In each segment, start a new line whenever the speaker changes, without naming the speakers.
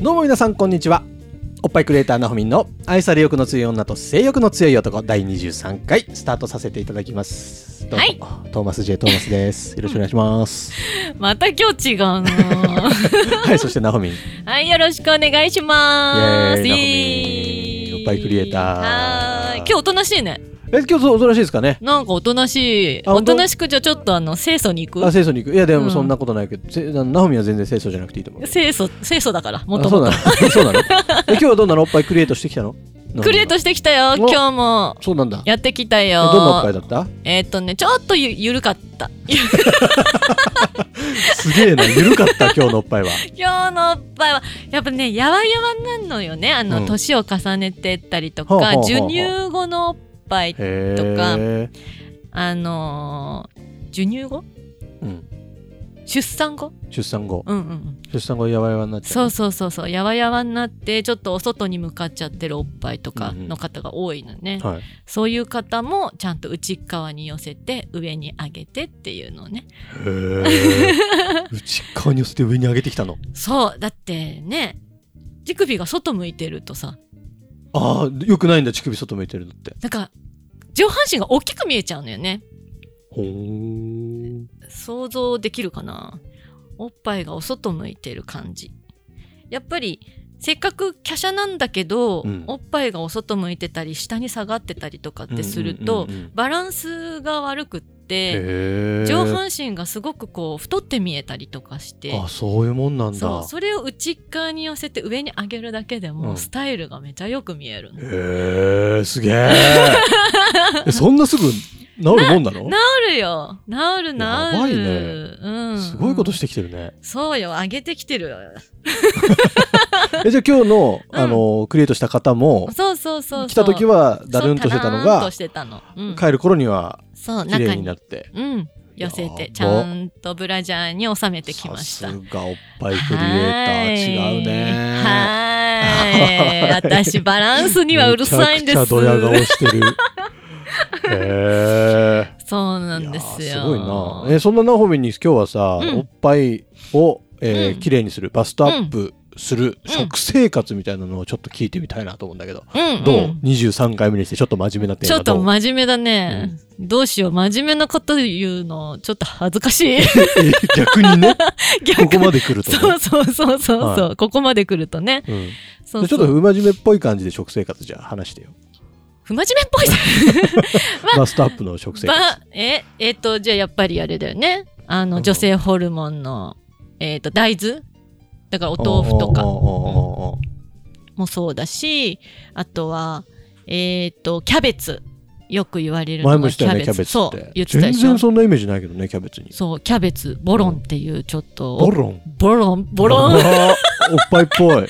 どうも皆さんこんにちはおっぱいクリエイターなほみんの愛され欲の強い女と性欲の強い男第23回スタートさせていただきますどうも、トーマス J トーマス ですよろしくお願いします
また今日違 うな
はいそしてなほみんイエ
はいよろしくお願いしま
ー
す
イなほ
イエ
みんおっぱいクリエイター
はーい今日おとなしいね
え今日そうおとなしいですかね
なんかおとなしい
あ
お
本当
となしくじゃあちょっとあの清楚に行
あ
く
清楚に行くいやで
う
も
ん
そんなことないけど、せなほみんは全然清楚じゃなくていいと思う
清楚清楚だからも
あ
と
そう
も
な
と
のそうなのえ 今日はどうなのおっぱいクリエイトしてきたの
クリエイトしてきたよ
お
今日も
そうなんだえ
やってきたよ
どんなおっぱいだった
えーっとねちょっとゆゆるかった
すげえな緩かった今日のおっぱ いは
今日のおっぱいはやっぱねやわやわなんのよねあ
う
の
ん
年、を重ねてったりと
ほうほうほ
か
うほう
授乳後のおっぱい
へ
とか
え
あのー授乳後
うん
出産後
出産後
うんうんうん
出産後やばいわになっちゃ
そうそうそうそうやわやわになってちょっとお外に向かっちゃってるおっぱいとか
うんうん
の方が多いのね、
はい
そういう方もちゃんと内側に寄せて上に上げてっていうのね
へー内側に寄せて上に上げてきたの
そうだってね乳首が外向いてるとさ
ああよくないんだ乳首外向いてるのって
なんか上半身が大きく見えちゃうのよね
ほー
想像できるかなおっぱいがお外向いてる感じやっぱりせっかく華奢なんだけど、
うん
おっぱいがお外向いてたり下に下がってたりとかってする
う
と、
んうんうんうん
バランスが悪くって
へー
上半身がすごくこう太って見えたりとかして
あそういうもんなん
そ
だ
うそれを内側に寄せて上に上げるだけで
う
も
ん
スタイルがめちゃよく見えるの、
へえすげ ーえそんなすぐ治るもんなの
な治るよ治る治る
やばいね
うん、
すごいことしててきてるね、
そうよ上げてきてるよ
えじゃあ今日の、
うん
あのクリエイトした方も
そうそうそうそう
来た時はだるんとしてたの
そうだらん
が
としてたの、うん、
帰る頃には
そう
綺
中
麗
に
になって
うん寄せ
や
て
ば
ちゃんとブラジャーに収めてきました
さすがおっぱいクリエイター違うね
は ーい。はーい私バランスにはうるさいんです。
めちゃくちゃドヤ顔してる。 へえ。
そうなんですよ。
いやーすごいな。えそんなナホミに今日はさ、
うん
おっぱいを、えー
うん
綺麗にするバストアップする、
ん
食生活みたいなのをちょっと聞いてみたいなと思うんだけど、
うんうん
どう、?23 回目にしてちょっと真面目なテー
ちょっ
マど
と
う
真面目だね。どうしよう真面目なこと言うのちょっと恥ずかしい
逆にね、
逆
こ
に
こまで来るとね。
そうそうそうそうそう、
は
ここまで来るとね
うん
そ
で
う
ちょ
そう
っと不真面目っぽい感じで食生活じゃあ話してよ。
不真面目っぽい
バストアップの食生活。
ばええっとじゃあやっぱりあれだよねあ
う
の
ん
女性ホルモンの、えっと大豆だからお豆腐と
お
か
ーおーおーおーおー
もそうだしあとはえっ、とキャベツよく言われるの
前
が
もしたよねキャベツって
そう言ってたで
全
しょ
然そんなイメージないけどねキャベツに
そうキャベツボロンっていうちょっと、
ボロン
ボロンボロン
うわーおっぱいっぽ い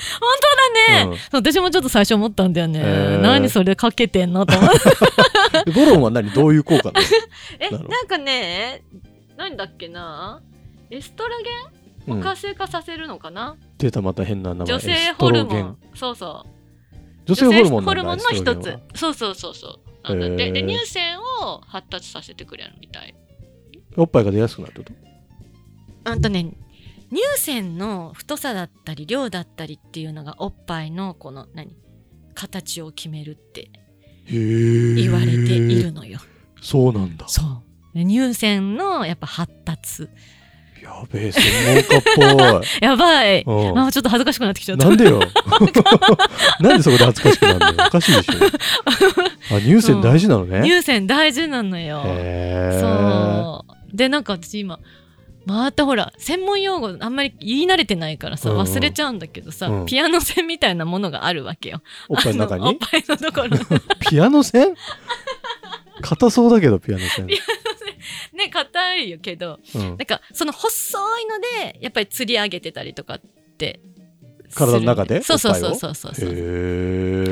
ね、
うん
私もちょっと最初思ったんだよね、
へー
何それかけてんのと思っ
で
て
ボロンは何どういう効果なの
え
なるほど
なんかね何だっけなエストラゲ
う
ン
ん
活性化させるのかな、
出たまた変な名前
女
エ
性
ス
ホ
ト
ル
ロ
モ
ゲ
ン
ン
そうそう
女性ホルモンなんだ
女性ホルモンの
エ
一
ストロゲン
つ
は
そうそうそうそうなんだって
へー
で乳腺を発達させてくれるみたい
おっぱいが出やすくなるってこと
あんとね乳腺の太さだったり量だったりっていうのがおっぱいのこの何形を決めるって
言
言われているのよ、
そうなんだ
そうで乳腺のやっぱ発達
やべえ専門家っ
やばい、
ぽい、うん
あちょっと恥ずかしくなってきちゃった
なんでよ なんでそこで恥ずかしくなるのよおかしい でしょあ乳腺大事なのね、
乳腺大事なのよ、
へえ
そうでなんか私今またほら専門用語あんまり言い慣れてないからさ
うんうん
忘れちゃうんだけどさ、
うん
ピアノ線みたいなものがあるわけよ
おっぱいの中
あのおっ
に
ぱい のところ
ピアノ線硬そうだけどピアノ線。
ね硬いよけど
うん
なんかその細いのでやっぱり釣り上げてたりとかってする
体の中で
そうそうそ
お
う
っぱ
そうそうそう
へ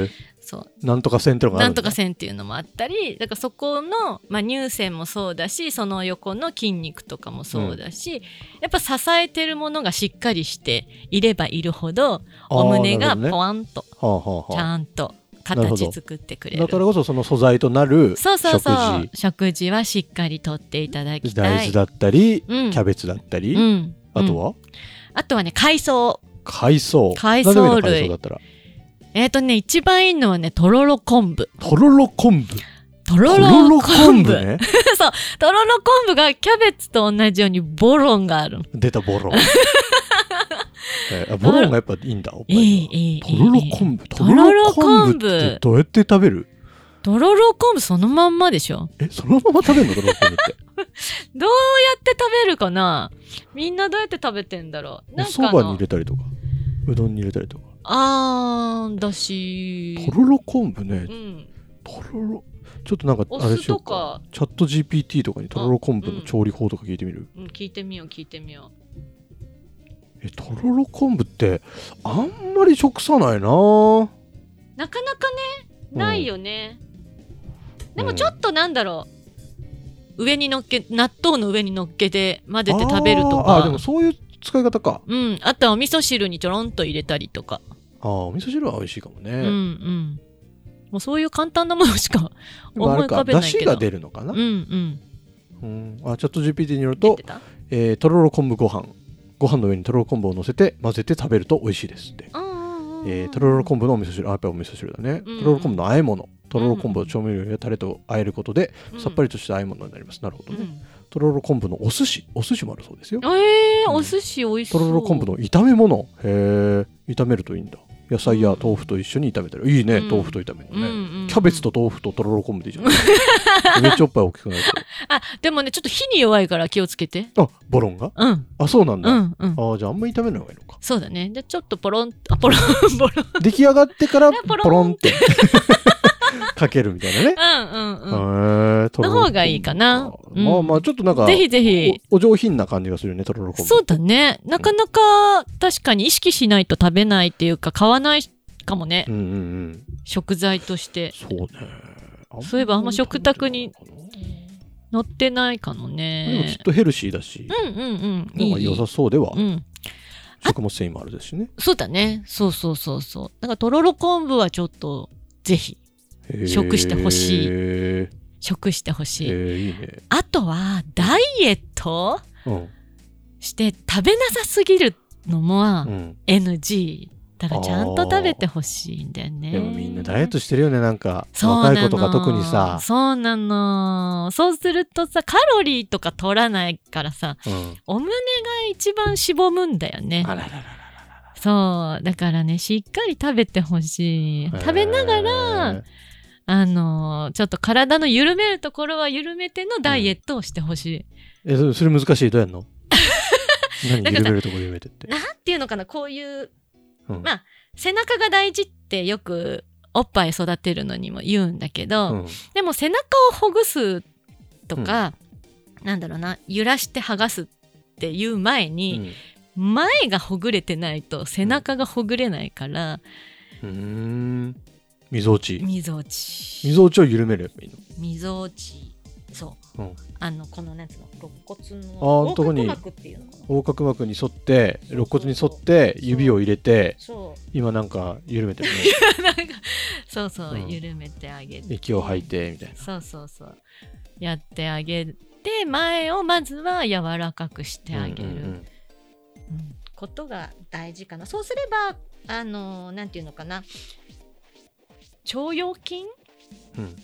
え
そう
なんとか線ってのがあ
な
る
んとか
線
線っていうのもあったりだからそこの、まあ、乳腺もそうだしその横の筋肉とかもそうだし、やっぱ支えてるものがしっかりしていればいるほどお胸が
は
ポワンと
あはあ
ち
はあ
ゃんと
なるほ
形
ど
作ってくれる
だからこそその素材となる
そう
食
そうそう
事
食事はしっかりとっていただきた
大豆
い
だったりキ
うん
ャベツだったり、
うん、
あと
うん
は
あとはね海藻
海藻
海藻類
何でもいいの海藻だったら
えっ、とね一番いいのはねとろろ昆布
とろろ昆布
とろ
と
ろ
ろ
昆
ろ
布
昆布ね
とろろ昆布がキャベツと同じようにボロンがあるの
出たボ ロン、えーあボロンがやっぱいいんだおっぱい
い
が
いいいいい
とろろ昆布と
と
ろ
ろ
ろ
ろ
昆
昆布
布ってどうやって食べる
とろろ昆布そのまんまでしょ
えそのまま食べるのとろろ昆布って
どうやって食べるかなみんなどうやって食べてんだろう
お
なん
そ
かあ
ばに
の
入れたりとかうどんに入れたりとか
あーだし
とろろ昆布ね
うん
とろろちょっとなんか
お
あれし
酢
よ
と
うか
か
チャット GPT とかにとろろ昆布の調理法とか聞いてみる、
うん聞いてみよう聞いてみよ
えとろろ昆布ってあんまり食さないなぁ
うなかなかね
うん
ないよね、で
う
も
ん
ちょっとなんだろう上に乗っけ納豆の上に乗っけて混ぜて食べると
あーあー
か
でもそういう使い方か
うん、あとはお味噌汁にちょろんと入れたりとか、
ああお味噌汁は美味しいかもね、
うんうんもうそういう簡単なものしか
でもあれ
思い浮か
か
べない
出
け
汁
ど
が出るのか
う、
なん
うん
うんあチャット GPT による
出
と
て、た
えー、とろろ昆布ご飯ご飯の上にとろろ昆布を乗せて混ぜて食べると美味しいですって
うんうんうんうん
えー、とろろ昆布のお味噌汁あやっぱりお味噌汁だね、
うん
とろろ昆布の和え物とろろ昆布を調味料やタレと和えることで、
うん
さっぱりとした和え物になりますなるほど
う
ね、
ん
とろろ昆布のお寿司お寿司もあるそうですよ
えー、
うん
お寿司美味しそ
と
う
ろろ昆布の炒め物へえ炒めるといいんだ野菜や豆腐と一緒に炒めたらいいね、
うん
豆腐と炒める
うん
の
う
ね、
んうん
キャベツと豆腐ととろろ昆布でいいじゃん めっちゃおっぱい大きくなる
あでもねちょっと火に弱いから気をつけて
けどあボロンが
うん
あそうなんだ、
うんうん
あーじゃああんまり炒めない方がいいのか
そうだねでちょっとポロンあポロンポロン
出来上がってから
ね ポロン
ポロンって かけるみたいなね
うんうんうん
へーとろろ昆布
の方がいいかなうん
まあまあちょっとなんか
ぜひぜひ
おお上品な感じがするよねとろろ昆布
そうだねなかなか確かに意識しないと食べないっていうか買わないかもね、
うんうんうん
食材として
そうね
そういえばあんま食卓に
で
乗ってないかも
もきっ
ね
とヘルシーだし、
うんうんうん
なんか良さそうでは
うん
食物繊維もあるですしね
そうだねそうそうそうそうだからとろろ昆布はちょっとぜひ
へー
食してほしい
へ
食してほしい、
ーいいね
あとはダイエット
うん
して食べなさすぎるのもは
うん
NG だからちゃんと食べてほしいんだよね
でもみんなダイエットしてるよねなんか
そうな
若
の
い子とか特にさ
そうなのそうするとさカロリーとか取らないからさ
うん
お胸が一番しぼむんだよね
あららら
そうだからねしっかり食べてほしい
ら
食べなが
へ
ら
ー
あのちょっと体の緩めるところは緩めてのダイエットをしてほしい、
えそれそれ難しいどうやん の何
だから
緩めるとこ緩めてって
なんていうのかなこういう
うん
ま背中が大事ってよくおっぱい育てるのにも言うんだけど、
うん
でも背中をほぐすとか、なんだろうな揺らして剥がすっていう前に、前がほぐれてないと背中がほぐれないから、
うんうーんみぞおち
みぞおち
みぞおちを緩めればいいの
みぞおちそう、
うん
あのこのなんつうの肋骨の
あーとこに
横隔膜っていうのかな
横隔膜に沿って
そうそ
肋
う
骨に沿って指を入れて
そ
今なんか緩めてる
うなんかそうそう、
うん
緩めてあげて
ね息を吐いてみたいな
そうそうそうやってあげて前をまずは柔らかくしてあげる、
うんうんうん
うんことが大事かなそうすればあのーなんていうのかな腸腰筋
うん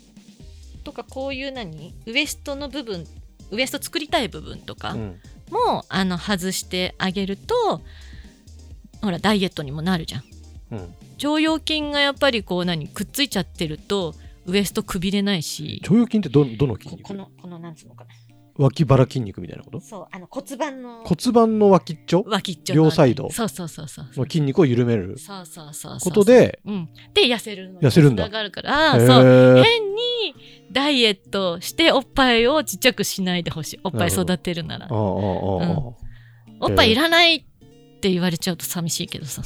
とかこういう何ウエストの部分ウエスト作りたい部分とか
うん
も、あの外してあげるとほらダイエットにもなるじゃん
うん
腸腰筋がやっぱりこう何くっついちゃってるとウエストくびれないし
腸腰筋ってどどの筋
こ
肉
このこのなんつうのかな
脇腹筋肉みたいなこと
そうあの骨盤の
骨盤の脇っちょ
脇っちょの
両サイド
そうそうそうそうそ
の
う
筋肉を緩める
そうそうそう
こ
そう
とで
うん、で痩せるのに
痩せるんだ
つながるからあ
へ
ーそう
ー
変にダイエットしておっぱいをちっちゃくしないでほしいおっぱい育てるなら
おうおうおうおう
おっぱいいらないって言われちゃうと寂しいけどさ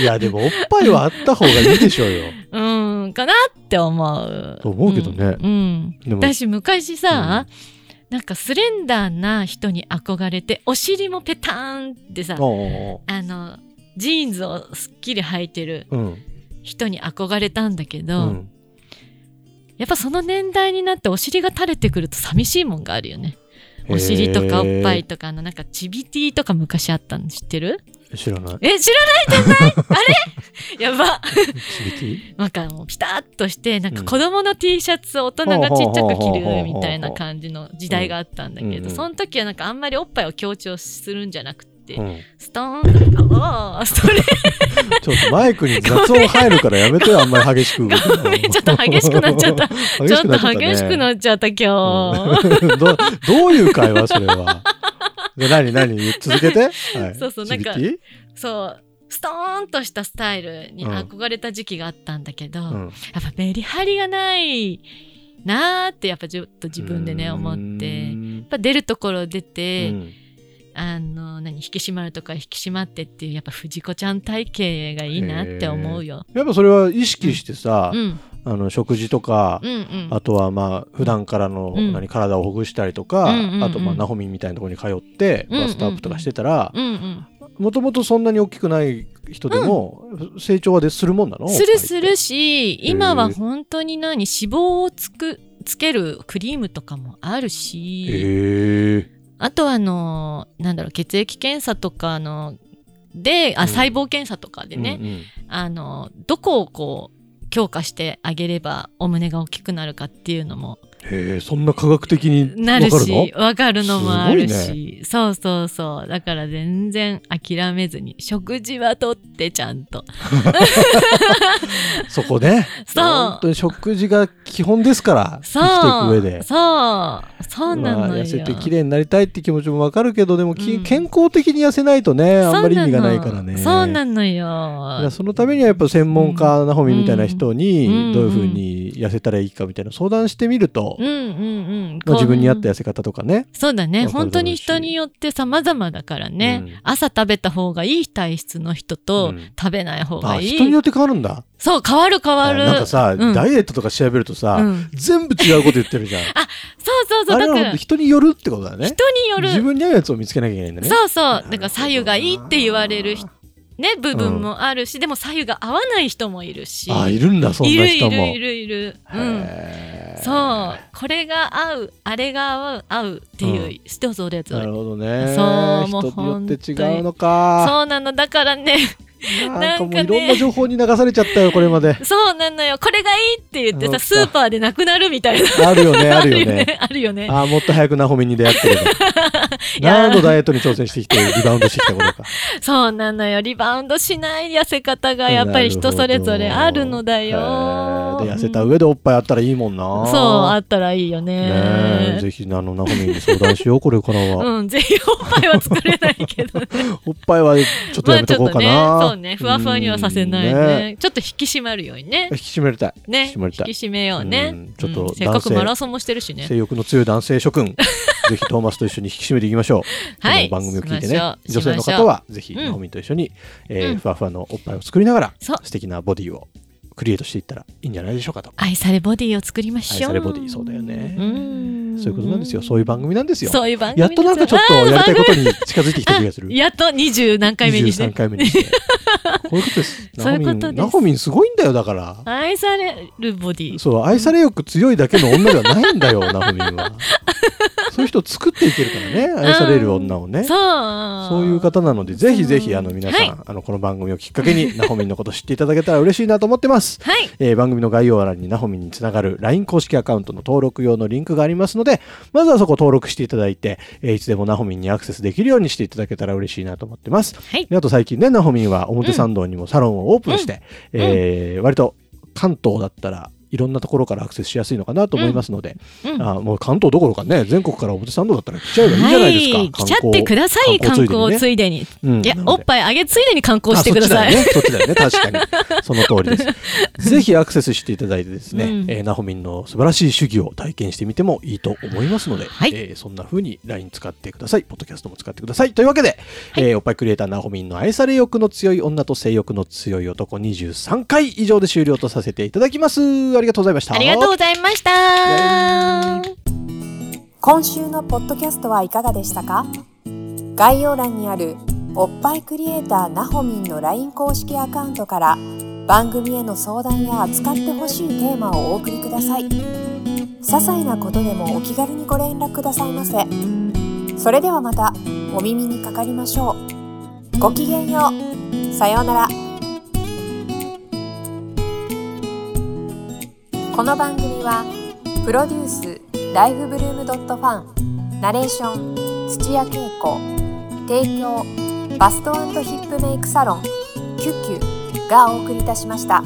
いやでもおっぱいはあった方がいいでしょうよ。
うんかなって思う
と思うけどね
うん、うん
でも
私昔さ、なんかスレンダーな人に憧れてお尻もペターンってさ
おうおう
あのジーンズをすっきり履いてる
おううん
人に憧れたんだけ
う
ど、
ん
やっぱその年代になってお尻が垂れてくると寂しいもんがあるよねお尻とかおっぱいとかあのなんかチビティとか昔あったの知ってる
へー知らない。
え知ら ないじゃないあれやば
チビティ
なんかもうピタッとしてなん
う
か
ん
子供の T シャツを大人がちっちゃ
ほう
く着
ほうほうほうほ
る
う
みたいな感じの時代があったんだ
うんうん
け
う
ど
ん
その時はなんかあんまりおっぱいを強調するんじゃなくて
うん
ストーンおーそれ
ちょっとマイクに雑音入るからやめてよあんまり激しく動くの
ごめん ちょっと激しくなっちゃっ た
激
ちょっ
しく
と
なっちゃったね
激しくなっちゃった今
うんどどういう会話それは。で何何続けて。はい
そうそうなんか
チビテ
日そうストーンとしたスタイルに憧れた時期があったんだけど
ィ
や
う
っ
ん
ぱメリハリがないなーってやっぱちょっと自分でね思っ
う
てやっ
ん
ぱ出るところ出て
うん
あの何引き締まるとか引き締まってっていうやっぱ藤子ちゃん体型がいいなって思うよ。
やっぱそれは意識してさ
う、ん
あの食事とか
うんうん
あとはまあ普段からの
うん
何体をほぐしたりとか、
うんうんうん
あとまあナホミンみたいなところに通って
うんうんうん
バストアップとかしてたら
うんうん
もともとそんなに大きくない人でも成長はでするもんなの
するするし
ー
今は本当に何脂肪をつくつけるクリームとかもあるし
へえ
あとはあのなんだろう血液検査とかのであ
うん
細胞検査とかでね、あのどこをこう強化してあげればお胸が大きくなるかっていうのも
へえそんな科学的に
な
わ
る
かるの
しわかるのもある
すご
し、そうそうそうだから全然諦めずに食事はとってちゃんと
そこね
そ
本
う
当に食事が基本ですから生きていく
そ
上
う
で
そうそうな
まあ
のよ、
痩せて綺麗になりたいって気持ちもわかるけどでもき、
うん
健康的に痩せないとねあんまり意味がないからね
そうなの
だから
よ
そのためにはやっぱ専門家なほみみたいな人
うん
にどういうふうに痩せたらいいかみたいな相談してみると、
うんうんうん
まあ自分に合った
よ
痩せ方とかね
そうだ
わかるだろ
ね
うし
本当に人によって様々だからね、
うん
朝食べた方がいい体質の人と、
うん
食べない方
あ
がいい
人によって変わるんだ
そう変わる変わ
あ
る
なんかさ、
うん
ダイエットとか調べるとさ、
うん
全部違うこと言ってるじゃん
そうそうそ
あ
う
れ
だ
は
か
本
ら
当人によるってことだね
人による
自分に合うやつを見つけなきゃいけないんだね
そうそう
るほど
だから左右がいいって言われるひね部分もあるし、でも左右が合わない人もいるし
あいるんだそんない人
る
も
いるいるいる、うん、
へー
そうこれが合うあれが合う合うっていう人ぞれぞ
な
れ、
るほどね
そうもう
人によって違うのか
そうなのだからね
なんかもう
なん
い
かね
ろんな情報に流されちゃったよこれま で
そうなのよこれがいいって言ってさス
そっか
ーパーでなくなるみたいな
あるよねあるよね
あるよねあるよね
ああもっと早くナホミに出会 ってれば
や
何度ダイエットに挑戦してきてリバウンドしてきたことか
そうなのよリバウンドしない痩せ方がやっぱり人それぞれあるのだよ
へーで痩せた上でおっぱいあったらいいもんな、
そうあったらいいよ
ねえぜひあのナホミに相談しようこれからは、
うん、ぜひおっぱいは作れないけ どね。
おっぱいはちょっとやめとこうかな、
まあちょっとね、そうね、ふわふわにはさせないね。
うんね
ちょっと引き締まるようにね
引。き締めたい
ね、
引き締まりたい
めようね。
うんちょっと
うんせっかく
男性
マラソンもしてるしね。
性欲の強い男性諸君 ぜひトーマスと一緒に引き締めていきましょう、
はい
この番組を聞いて
し
ね
ましょう
女性の方はぜひ
うん
ナホミと一緒に、えー
うん
ふわふわのおっぱいを作りながら
そう
素敵なボディをクリエイトしていったらいいんじゃないでしょうかと
愛されボディを作りましょう。
愛されボディそうだよね
うん。
そういうことなんですよそういう番組なんですよ
そういう番組
やっとなんかちょっとやりたいことに近づいてきた気がす
あ
る
やっと20何回目にして
23。回目にしてこういうことです
そういうことで
ナホ
す
ミンナホミンすごいんだよだから
愛されるボディ。
そう愛され欲強いだけの女ではないん だよナホミンはそういう人を作っていけるからね愛される女をね、
そう。そ
そういう方なので、ぜひぜひ、
うん
あの、皆さん、
はい
あの、この番組をきっかけに、ナホミンのこと知っていただけたら嬉しいなと思ってます。
はい。
えー番組の概要欄にナホミンにつながる LINE 公式アカウントの登録用のリンクがありますので、まずはそこ登録していただいて、えーいつでもナホミンにアクセスできるようにしていただけたら嬉しいなと思ってます。
はい
であと最近ね、ナホミンは表参道にもサロンをオープンして、えー割と関東だったら、いろんなところからアクセスしやすいのかなと思いますので、
うん
あもう関東どころかね全国から表参道だったら来ちゃえばいいじゃ
は
ないですか、
い、来
観
ちゃ
光
ってください、観光
でね
ついでに。
うん
いや
な、の
お
で
っぱいあげついでに観光してください。
あそっちだよね。そっちだよね確かに。 その通りです。ぜひアクセスしていただいてですね、
うん
えーナホミンの素晴らしい主義を体験してみてもいいと思いますので、
はい
えーそんな風に LINE 使ってください。ポッドキャストも使ってください。というわけで、えーおっぱいクリエイターナホミンの愛され欲の強い女と性欲の強い男23回以上で終了とさせていただきます。ありがとうございました。
ありがとうございました。
今週のポッドキャストはいかがでしたか概要欄にあるおっぱいクリエイターなほみんの LINE 公式アカウントから番組への相談や扱ってほしいテーマをお送りください些細なことでもお気軽にご連絡くださいませそれではまたお耳にかかりましょうごきげんようさようならこの番組は「プロデュースライフブルームドットファンナレーション土屋恵子提供バストヒップメイクサロン「キュッキュ」がお送りいたしました。